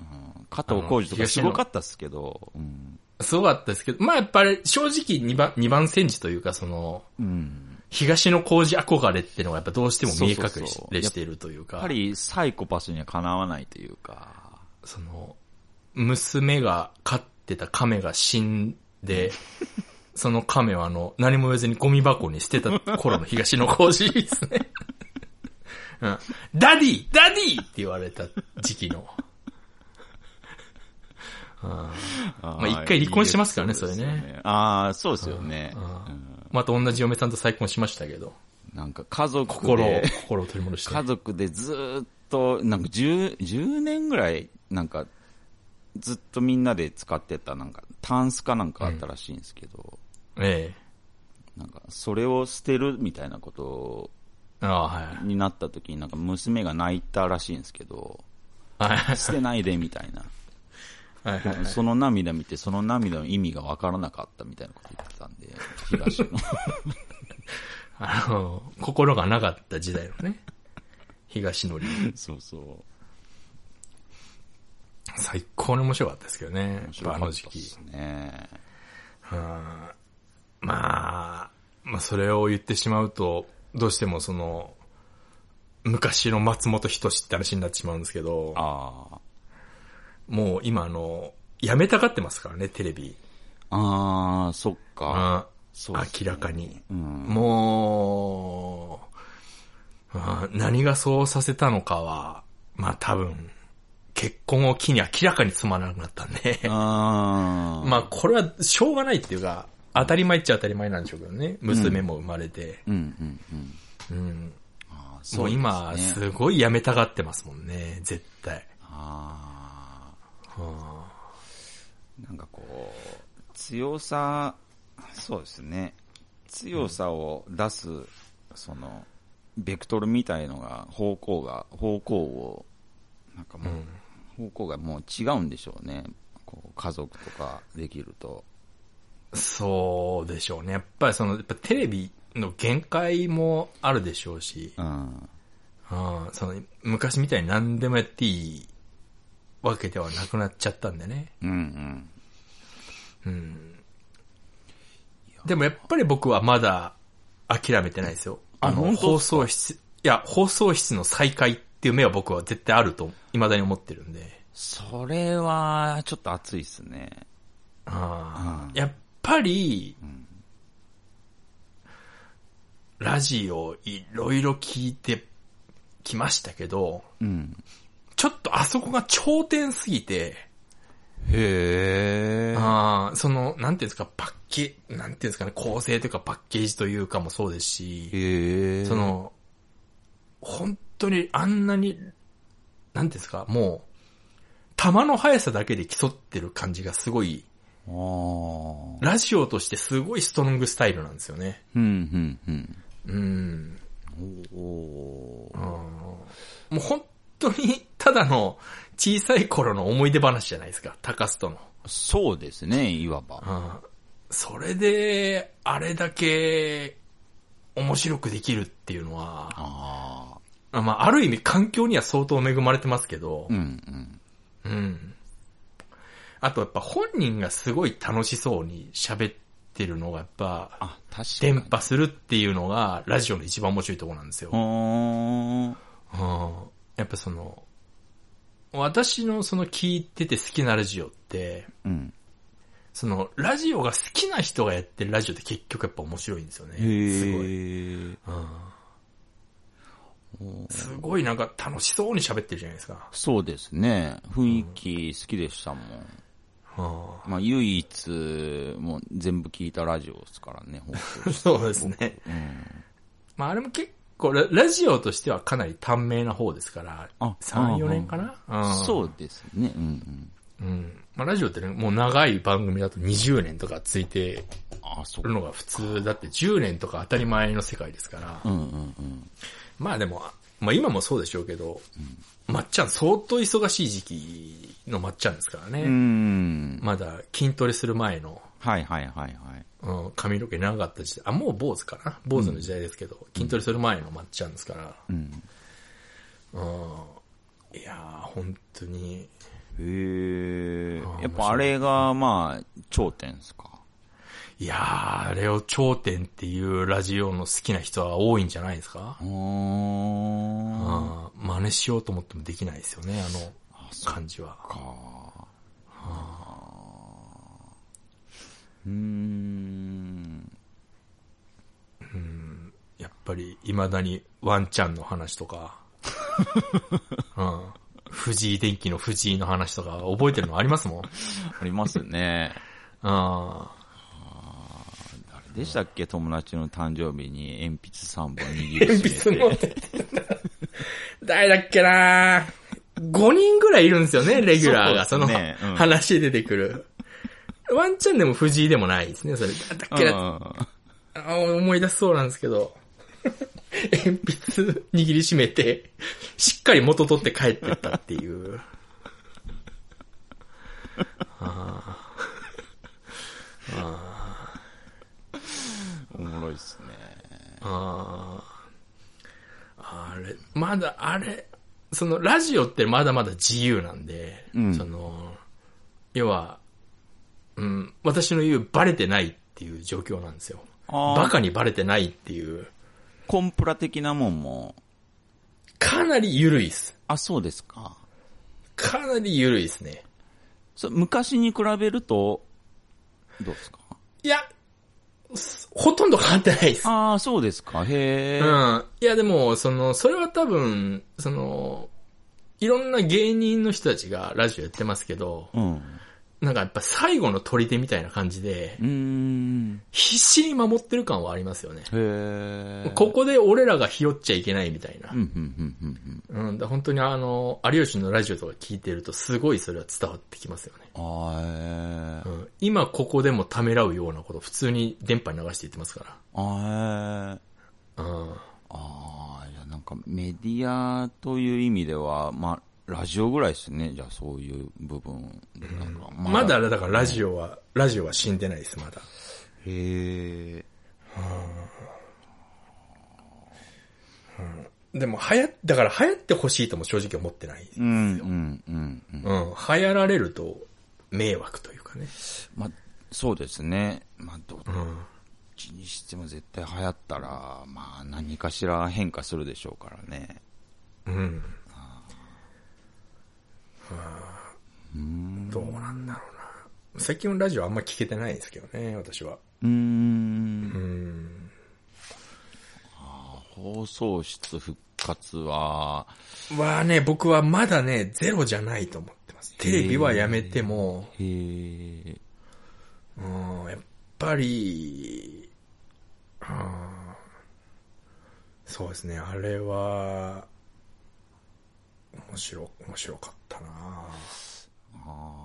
Speaker 1: うん、加藤浩二と
Speaker 2: あの
Speaker 1: かすごかったですけど、うん。
Speaker 2: すごかったですけど、まあやっぱり正直2番、二番戦時というかその、
Speaker 1: うん、
Speaker 2: 東の工事憧れっていうのがやっぱどうしても見え隠れし
Speaker 1: そうそうそう
Speaker 2: れしているというか、
Speaker 1: やっぱりサイコパスにはかなわないというか、
Speaker 2: その、娘が飼ってた亀が死んで、その亀はあの、何も言わずにゴミ箱に捨てた頃の東の工事ですね。うん、ダディダディって言われた時期の。
Speaker 1: ま
Speaker 2: あ一回離婚してますからねそれね
Speaker 1: ああ、そうですよね。
Speaker 2: また同じ嫁さんと再婚しましたけど、
Speaker 1: なんか家族で、
Speaker 2: 心を、心を取り戻して
Speaker 1: 家。族でずーっと、なんか 10, 10年ぐらい、なんか、ずっとみんなで使ってた、なんか、タンスかなんかあったらしいんですけど、
Speaker 2: ええ。
Speaker 1: なんか、それを捨てるみたいなこと
Speaker 2: ああ、はい。
Speaker 1: になった時に、なんか娘が泣いたらしいんですけど、
Speaker 2: はい
Speaker 1: 捨てないでみたいな。
Speaker 2: はいはいはい。
Speaker 1: その涙見て、その涙の意味がわからなかったみたいなこと言ってたんで、東の。
Speaker 2: あの、心がなかった時代のね。東のり。
Speaker 1: そうそう。
Speaker 2: 最高に面白かったですけどね。
Speaker 1: 面白
Speaker 2: あ
Speaker 1: か
Speaker 2: の
Speaker 1: っ
Speaker 2: 時
Speaker 1: たで
Speaker 2: 期
Speaker 1: す。ね。
Speaker 2: まあ、まあそれを言ってしまうと、どうしてもその、昔の松本人志って話になってしまうんですけど、
Speaker 1: ああ。
Speaker 2: もう今あの、やめたがってますからね、テレビ。
Speaker 1: ああ、そっか。
Speaker 2: あ
Speaker 1: そうっす
Speaker 2: 明らかに。
Speaker 1: うん。
Speaker 2: もう、あー何がそうさせたのかは、まあ多分、結婚を機に明らかにつまらなくなったんで、
Speaker 1: ああ。
Speaker 2: まあこれはしょうがないっていうか、当たり前っちゃ当たり前なんでしょうけどね。娘も生まれて。
Speaker 1: うんうんうん。
Speaker 2: うん。
Speaker 1: ああ
Speaker 2: もう今、
Speaker 1: ですね
Speaker 2: すごいやめたがってますもんね、絶対。
Speaker 1: あ
Speaker 2: うん
Speaker 1: あ。なんかこう、強さ、そうですね。強さを出す、その、ベクトルみたいのが、方向が、方向を、なんかもう、方向がもう違うんでしょうね。こう、家族とかできると。
Speaker 2: そうでしょうね。やっぱりその、やっぱテレビの限界もあるでしょうし、
Speaker 1: うん。
Speaker 2: うんその昔みたいに何でもやっていいわけではなくなっちゃったんでね。
Speaker 1: うんうん。
Speaker 2: うん、でもやっぱり僕はまだ諦めてないですよ。
Speaker 1: あ
Speaker 2: あの、
Speaker 1: 本当
Speaker 2: 放
Speaker 1: っすか
Speaker 2: 送室、いや、放送室の再開っていう目は僕は絶対あると、未だに思ってるんで。
Speaker 1: それは、ちょっと熱いっすね。
Speaker 2: あーやっぱり、ラジオいろいろ聞いてきましたけど、
Speaker 1: うん。
Speaker 2: ちょっとあそこが頂点すぎて、
Speaker 1: へえ。
Speaker 2: あーその、なんていうんですか、パッケ、なんていうんですかね、構成というかパッケージというかもそうですし、
Speaker 1: へえ。
Speaker 2: そ、の、本当にあんなに、なんていうんですか、もう、球の速さだけで競ってる感じがすごい、
Speaker 1: ああ。
Speaker 2: ラジオとしてすごいストロングスタイルなんですよね。
Speaker 1: うん、うん、
Speaker 2: うん。
Speaker 1: うん。おー
Speaker 2: もう本当に、ただの小さい頃の思い出話じゃないですか、高須との。
Speaker 1: そうですね、いわば。
Speaker 2: うん。それで、あれだけ、面白くできるっていうのは、
Speaker 1: ああ。
Speaker 2: まあ、ある意味環境には相当恵まれてますけど
Speaker 1: う、ん、うん。
Speaker 2: うん。あとやっぱ本人がすごい楽しそうに喋ってるのがやっぱ、
Speaker 1: あ、確かに。
Speaker 2: 伝播するっていうのがラジオの一番面白いところなんですよ。
Speaker 1: は
Speaker 2: うんやっぱその、私のその聞いてて好きなラジオって、
Speaker 1: ーうん。
Speaker 2: そのラジオが好きな人がやってるラジオって結局やっぱ面白いんですよね。
Speaker 1: へえ。
Speaker 2: すごい。うんすごいなんか楽しそうに喋ってるじゃないですか。
Speaker 1: そうですね。雰囲気好きでしたもん。まあ、唯一、もう全部聞いたラジオですからね、放送
Speaker 2: そうですね。まあ、あれも結構ラ、ラジオとしてはかなり短命な方ですから、
Speaker 1: あ
Speaker 2: 3、4年かな、うん、
Speaker 1: そうですね。うんうん。
Speaker 2: うん。まあ、ラジオってね、もう長い番組だと20年とかついて
Speaker 1: あ、そう
Speaker 2: る。のが普通だって10年とか当たり前の世界ですから、
Speaker 1: うんうんうん。
Speaker 2: まあでも、まあ今もそうでしょうけど、まっちゃん相当忙しい時期のまっちゃんですからね。
Speaker 1: うーん。
Speaker 2: まだ筋トレする前の、
Speaker 1: はいはいはいはい。
Speaker 2: うん、髪の毛長かった時代、あ、もう坊主かな坊主の時代ですけど、筋トレする前のまっちゃんですから、
Speaker 1: うん。
Speaker 2: うん、いやー、本当に、
Speaker 1: へえ。やっぱあれが、まあ、頂点ですか。
Speaker 2: いやー、あれを頂点っていうラジオの好きな人は多いんじゃないですか
Speaker 1: うーん。
Speaker 2: あー真似しようと思ってもできないですよね、あの感じは。
Speaker 1: うーん。
Speaker 2: やっぱり、未だにワンちゃんの話と か、うん、藤井電機の藤井の話とか覚えてるのありますもん。
Speaker 1: ありますね。
Speaker 2: あ
Speaker 1: でしたっけ友達の誕生日に鉛筆3本握
Speaker 2: ー
Speaker 1: りしめて。
Speaker 2: って。誰だっけな5人ぐらいいるんですよね、レギュラーが。
Speaker 1: そ
Speaker 2: そう
Speaker 1: で
Speaker 2: の
Speaker 1: すねうん
Speaker 2: 話で出てくる。ワンちゃんでも藤井でもないですね、それ。だっけな
Speaker 1: うん
Speaker 2: あ思い出しそうなんですけど。鉛筆握りしめて、しっかり元取って帰ってったっていう。
Speaker 1: おもろいっすね。
Speaker 2: ああ。あれ、まだ、あれ、その、ラジオってまだまだ自由なんで、
Speaker 1: うん
Speaker 2: その、要は、うん、私の言うバレてないっていう状況なんですよ。
Speaker 1: あ
Speaker 2: バカにバレてないっていう、
Speaker 1: コンプラ的なもんも。
Speaker 2: かなり緩いです。
Speaker 1: あ、そうですか。
Speaker 2: かなり緩いですね。
Speaker 1: そ昔に比べると、どうですか
Speaker 2: いや、すほとんど変わってないです。
Speaker 1: ああ、そうですか。へえ。
Speaker 2: うん。いや、でも、その、それは多分、その、いろんな芸人の人たちがラジオやってますけど、
Speaker 1: うん。
Speaker 2: なんかやっぱ最後の砦みたいな感じで
Speaker 1: う、ーん。
Speaker 2: 必死に守ってる感はありますよね。
Speaker 1: へえ。
Speaker 2: ここで俺らがひよっちゃいけないみたいな
Speaker 1: うん、う。ん、うん、うんうん。
Speaker 2: うん、だ本当にあの、有吉のラジオとか聞いてるとすごいそれは伝わってきますよね。
Speaker 1: あー
Speaker 2: う
Speaker 1: へえ。
Speaker 2: ん、今ここでもためらうようなこと普通に電波に流して言ってますか
Speaker 1: あーへえ。
Speaker 2: ら。うん。
Speaker 1: ああ、いや、なんかメディアという意味では、まあ、ラジオぐらいですね。じゃあ、そういう部分で。なんか
Speaker 2: まだ、だからラジオは、ラジオは死んでないです、まだ。
Speaker 1: へえ。
Speaker 2: でも、流行、だから流行ってほしいとも正直思ってない。
Speaker 1: う
Speaker 2: うん。
Speaker 1: ん、うん、うん、うん。
Speaker 2: 流行られると、迷惑というかね。
Speaker 1: まあ、そうですね。まあ、どっ
Speaker 2: うん。
Speaker 1: ちにしても絶対流行ったら、まあ、何かしら変化するでしょうからね。
Speaker 2: うん。どうなんだろうな。最近のラジオあんま聞けてないですけどね、私は。
Speaker 1: うーん。
Speaker 2: うん。
Speaker 1: 放送室復活は、
Speaker 2: はね、僕はまだね、ゼロじゃないと思ってます。テレビはやめても、
Speaker 1: へえ。
Speaker 2: うん、やっぱり、うんそうですね、あれは、面白、面白かったな
Speaker 1: あ